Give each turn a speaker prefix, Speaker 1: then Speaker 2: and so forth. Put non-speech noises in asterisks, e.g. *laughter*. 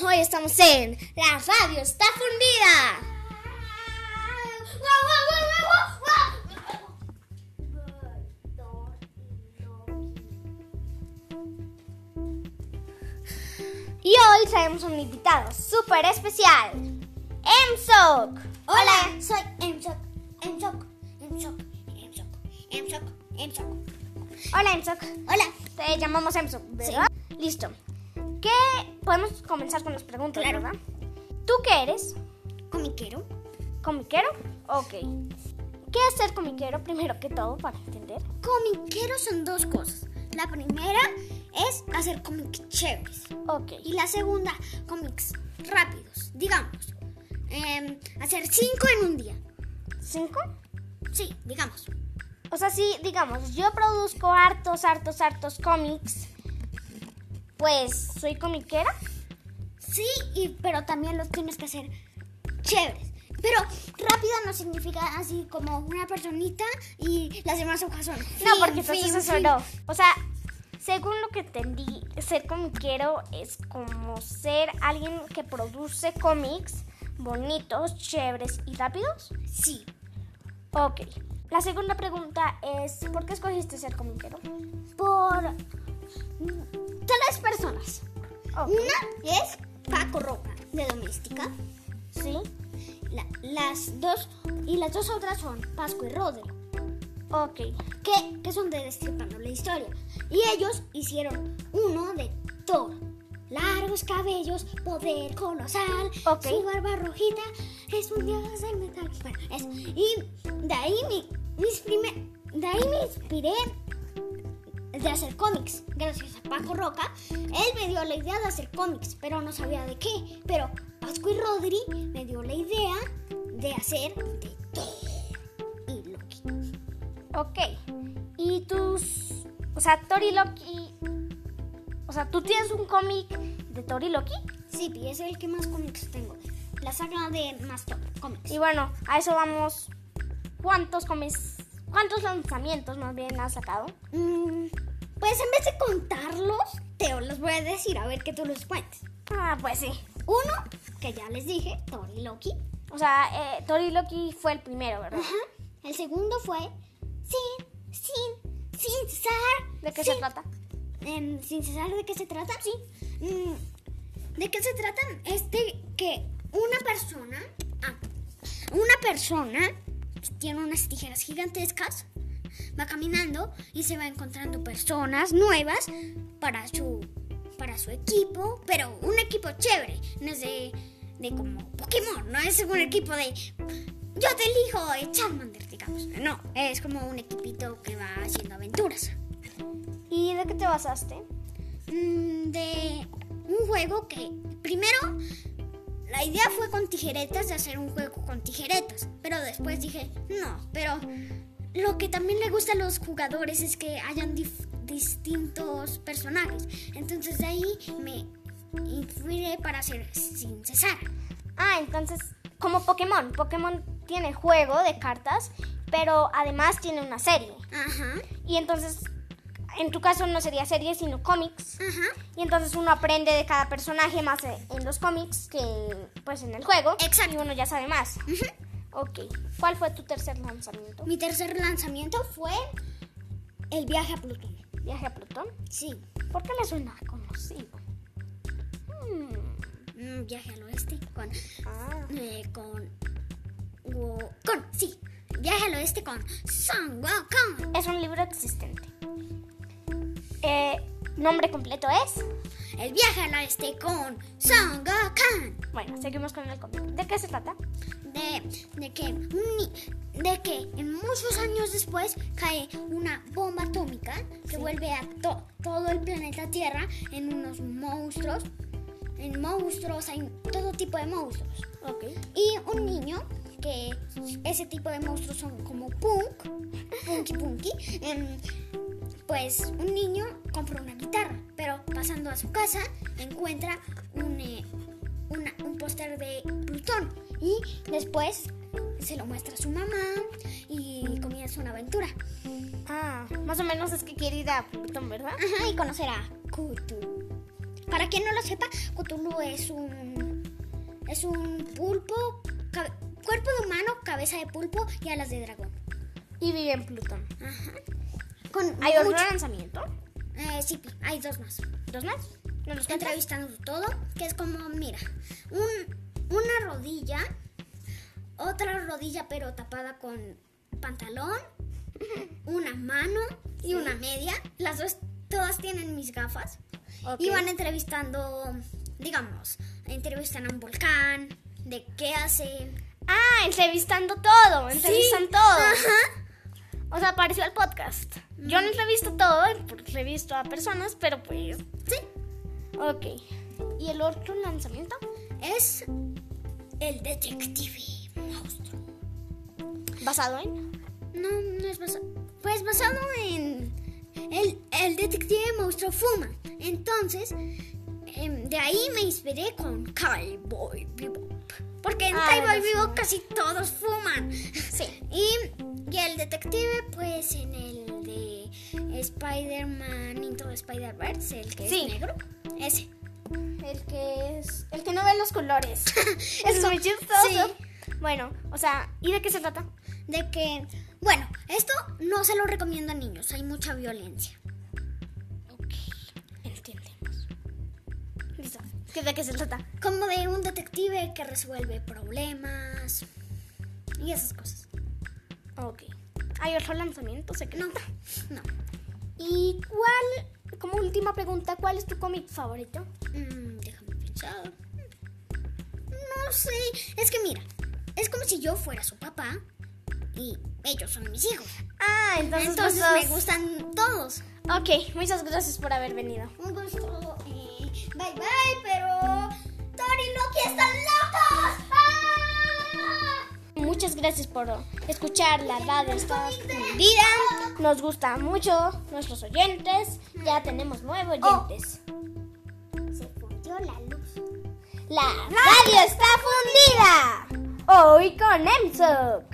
Speaker 1: Hoy estamos en La Radio está fundida. Y hoy traemos un invitado súper especial, Emsok.
Speaker 2: Hola, soy Emsok, Emsok, Emsok, Emsok, Emsok, Emsok.
Speaker 1: Hola, Emsok.
Speaker 2: Hola,
Speaker 1: Te llamamos Emsok, ¿verdad? Listo. ¿Qué podemos comenzar con las preguntas,
Speaker 2: Claro.
Speaker 1: verdad? ¿Tú qué eres?
Speaker 2: comiquero.
Speaker 1: ¿Comiquero? Ok. ¿Qué es ser comiquero primero que todo para entender?
Speaker 2: Comiquero son dos cosas. La primera es hacer cómics chéveres.
Speaker 1: Ok.
Speaker 2: Y la segunda, cómics rápidos. Digamos, em, hacer cinco en un día.
Speaker 1: ¿Cinco?
Speaker 2: Sí, digamos.
Speaker 1: O sea, sí, digamos, yo produzco hartos, hartos, hartos cómics. Pues, ¿soy comiquera?
Speaker 2: Sí, y, pero también los tienes que hacer chéveres. Pero rápido no significa así como una personita y las demás hojas son.
Speaker 1: no,
Speaker 2: fin,
Speaker 1: porque entonces
Speaker 2: fin,
Speaker 1: eso
Speaker 2: fin.
Speaker 1: no. O sea, según lo que entendí, ser comiquero es como ser alguien que produce cómics bonitos, chéveres y rápidos.
Speaker 2: Sí,
Speaker 1: Ok. La segunda pregunta es, ¿por qué escogiste ser comiquero?
Speaker 2: por mm, tres personas.
Speaker 1: Ok.
Speaker 2: Una es Paco Roca, de Doméstica.
Speaker 1: ¿Sí?
Speaker 2: La- las dos, y las dos otras son Pascu y Rodrigo.
Speaker 1: Ok.
Speaker 2: que, que son de Destripando la Historia. Y ellos hicieron uno de Thor. Largos cabellos, poder colosal,
Speaker 1: Ok.
Speaker 2: su barba rojita, es un dios del metal. Bueno, eso. Y de ahí, mi- mis prime- de ahí me inspiré de hacer cómics, gracias a Paco Roca. Él me dio la idea de hacer cómics, pero no sabía de qué. Pero Pascu y Rodri me dio la idea de hacer de Thor y Loki.
Speaker 1: Ok. ¿Y tus... O sea, Tori Loki... O sea, ¿tú tienes un cómic de Tori Loki?
Speaker 2: Sí, Pi, es el que más cómics tengo. La saga de más top cómics.
Speaker 1: Y bueno, a eso vamos. ¿Cuántos cómics... ¿Cuántos lanzamientos más bien has sacado?
Speaker 2: Mm, pues en vez de contarlos, te los voy a decir a ver que tú los cuentes.
Speaker 1: Ah, pues sí.
Speaker 2: Uno, que ya les dije, Thor y Loki.
Speaker 1: O sea, eh, Tori Loki fue el primero, ¿verdad?
Speaker 2: Ajá. El segundo fue Sin, Sin, Sin Cesar.
Speaker 1: ¿De qué
Speaker 2: sin,
Speaker 1: se trata?
Speaker 2: em, sin Cesar, ¿de qué se trata? Sí. Mm, ¿De qué se trata? Es de que una persona, ah, una persona tiene unas tijeras gigantescas, va caminando y se va encontrando personas nuevas para su, para su equipo, pero un equipo chévere, no es de, de como Pokémon, no es un equipo de yo te elijo eh, Charmander, digamos. No, es como un equipito que va haciendo aventuras.
Speaker 1: ¿Y de qué te basaste?
Speaker 2: Mm, de un juego que primero la idea fue con tijeretas de hacer un juego con tijeretas, pero después dije, no, pero lo que también le gusta a los jugadores es que hayan dif- distintos personajes. Entonces de ahí me influiré para hacer sin cesar.
Speaker 1: Ah, entonces, como Pokémon. Pokémon tiene juego de cartas, pero además tiene una serie.
Speaker 2: Ajá,
Speaker 1: Y entonces, en tu caso no sería serie, sino cómics.
Speaker 2: ajá.
Speaker 1: Y entonces uno aprende de cada personaje más eh, en los cómics que pues en el juego.
Speaker 2: Exacto.
Speaker 1: Y uno ya sabe más.
Speaker 2: ujú.
Speaker 1: Ok. ¿Cuál fue tu tercer lanzamiento?
Speaker 2: Mi tercer lanzamiento fue el viaje a Plutón.
Speaker 1: Viaje a Plutón.
Speaker 2: Sí,
Speaker 1: ¿Por qué me suena conocido? Hmm.
Speaker 2: un viaje al oeste con
Speaker 1: Ah.
Speaker 2: Eh, con. Wo- con, sí. Viaje al oeste con Son Wukong.
Speaker 1: Es un libro existente. Eh, nombre completo es.
Speaker 2: El viaje al oeste con Son Wukong.
Speaker 1: Bueno, seguimos con el cómic. ¿De qué se trata?
Speaker 2: De, de que un ni- de que en muchos años después cae una bomba atómica
Speaker 1: Sí.
Speaker 2: que vuelve a to- todo el planeta Tierra en unos monstruos. En monstruos hay todo tipo de monstruos.
Speaker 1: Ok.
Speaker 2: Y un niño que ese tipo de monstruos son como punk, punky punky. em, pues un niño compra una guitarra, pero pasando a su casa encuentra un, eh, una- un póster de Plutón y después se lo muestra a su mamá y comienza una aventura.
Speaker 1: Ah, más o menos es que quiere ir a Plutón, ¿verdad?
Speaker 2: Ajá, y conocerá a Cthulhu. Para quien no lo sepa, Cthulhu es un es un pulpo, cabe- cuerpo de humano, cabeza de pulpo y alas de dragón.
Speaker 1: Y vive en Plutón.
Speaker 2: Ajá. Con
Speaker 1: Hay otro
Speaker 2: mucho-
Speaker 1: lanzamiento.
Speaker 2: eh, sí, pi, hay dos más.
Speaker 1: ¿Dos más? ¿No los cuentas?
Speaker 2: Está entrevistando todo, que es como, mira, un- una rodilla, otra rodilla pero tapada con pantalón, una mano y una media. Las dos, todas tienen mis gafas.
Speaker 1: Ok.
Speaker 2: Y van entrevistando, digamos, entrevistan a un volcán, de qué hace.
Speaker 1: Ah, entrevistando todo. Entrevistan todo.
Speaker 2: Ajá.
Speaker 1: O sea, apareció el podcast. Yo no entrevisto todo, porque revisto a personas, pero pues.
Speaker 2: Sí,
Speaker 1: Ok. ¿Y el otro lanzamiento?
Speaker 2: es el detective monstruo.
Speaker 1: ¿Basado en?
Speaker 2: No, no es basado. Pues basado en. El, el detective monstruo fuma. Entonces, em, de ahí me inspiré con Cowboy Bebop. Porque en
Speaker 1: Ah,
Speaker 2: Cowboy
Speaker 1: los
Speaker 2: Bebop casi
Speaker 1: *laughs*
Speaker 2: todos fuman. Sí. Y, y el detective, pues en el de Spider-Man Into the Spider-Verse, el que
Speaker 1: Sí.
Speaker 2: es negro. Ese. *laughs*
Speaker 1: El que es. El que no ve los colores. *laughs* es
Speaker 2: Eso,
Speaker 1: muy chistoso.
Speaker 2: sí.
Speaker 1: Bueno, o sea, ¿y de qué se trata?
Speaker 2: De que. Bueno, esto no se lo recomiendo a niños. Hay mucha violencia.
Speaker 1: Ok. Entendemos. Listo. ¿Qué- ¿De qué se trata?
Speaker 2: Como de un detective que resuelve problemas y esas cosas.
Speaker 1: Ok. ¿Hay otro lanzamiento
Speaker 2: No,
Speaker 1: secreto?
Speaker 2: no.
Speaker 1: ¿Y cuál, como última pregunta, cuál es tu cómic favorito?
Speaker 2: Mm, déjame pensar. No sé. Es que mira, es como si yo fuera su papá y ellos son mis hijos.
Speaker 1: Ah,
Speaker 2: Entonces me gustan todos.
Speaker 1: Ok, muchas gracias por haber venido.
Speaker 2: Un gusto. eh, bye bye, pero Tori y Loki están locos. ¡Ah!
Speaker 1: Muchas gracias por escuchar la radio está
Speaker 2: Vida.
Speaker 1: Nos gusta mucho nuestros oyentes. Ya tenemos nueve oyentes.
Speaker 2: Se fundió la luz.
Speaker 1: La radio está fundida. Hoy con EMSO.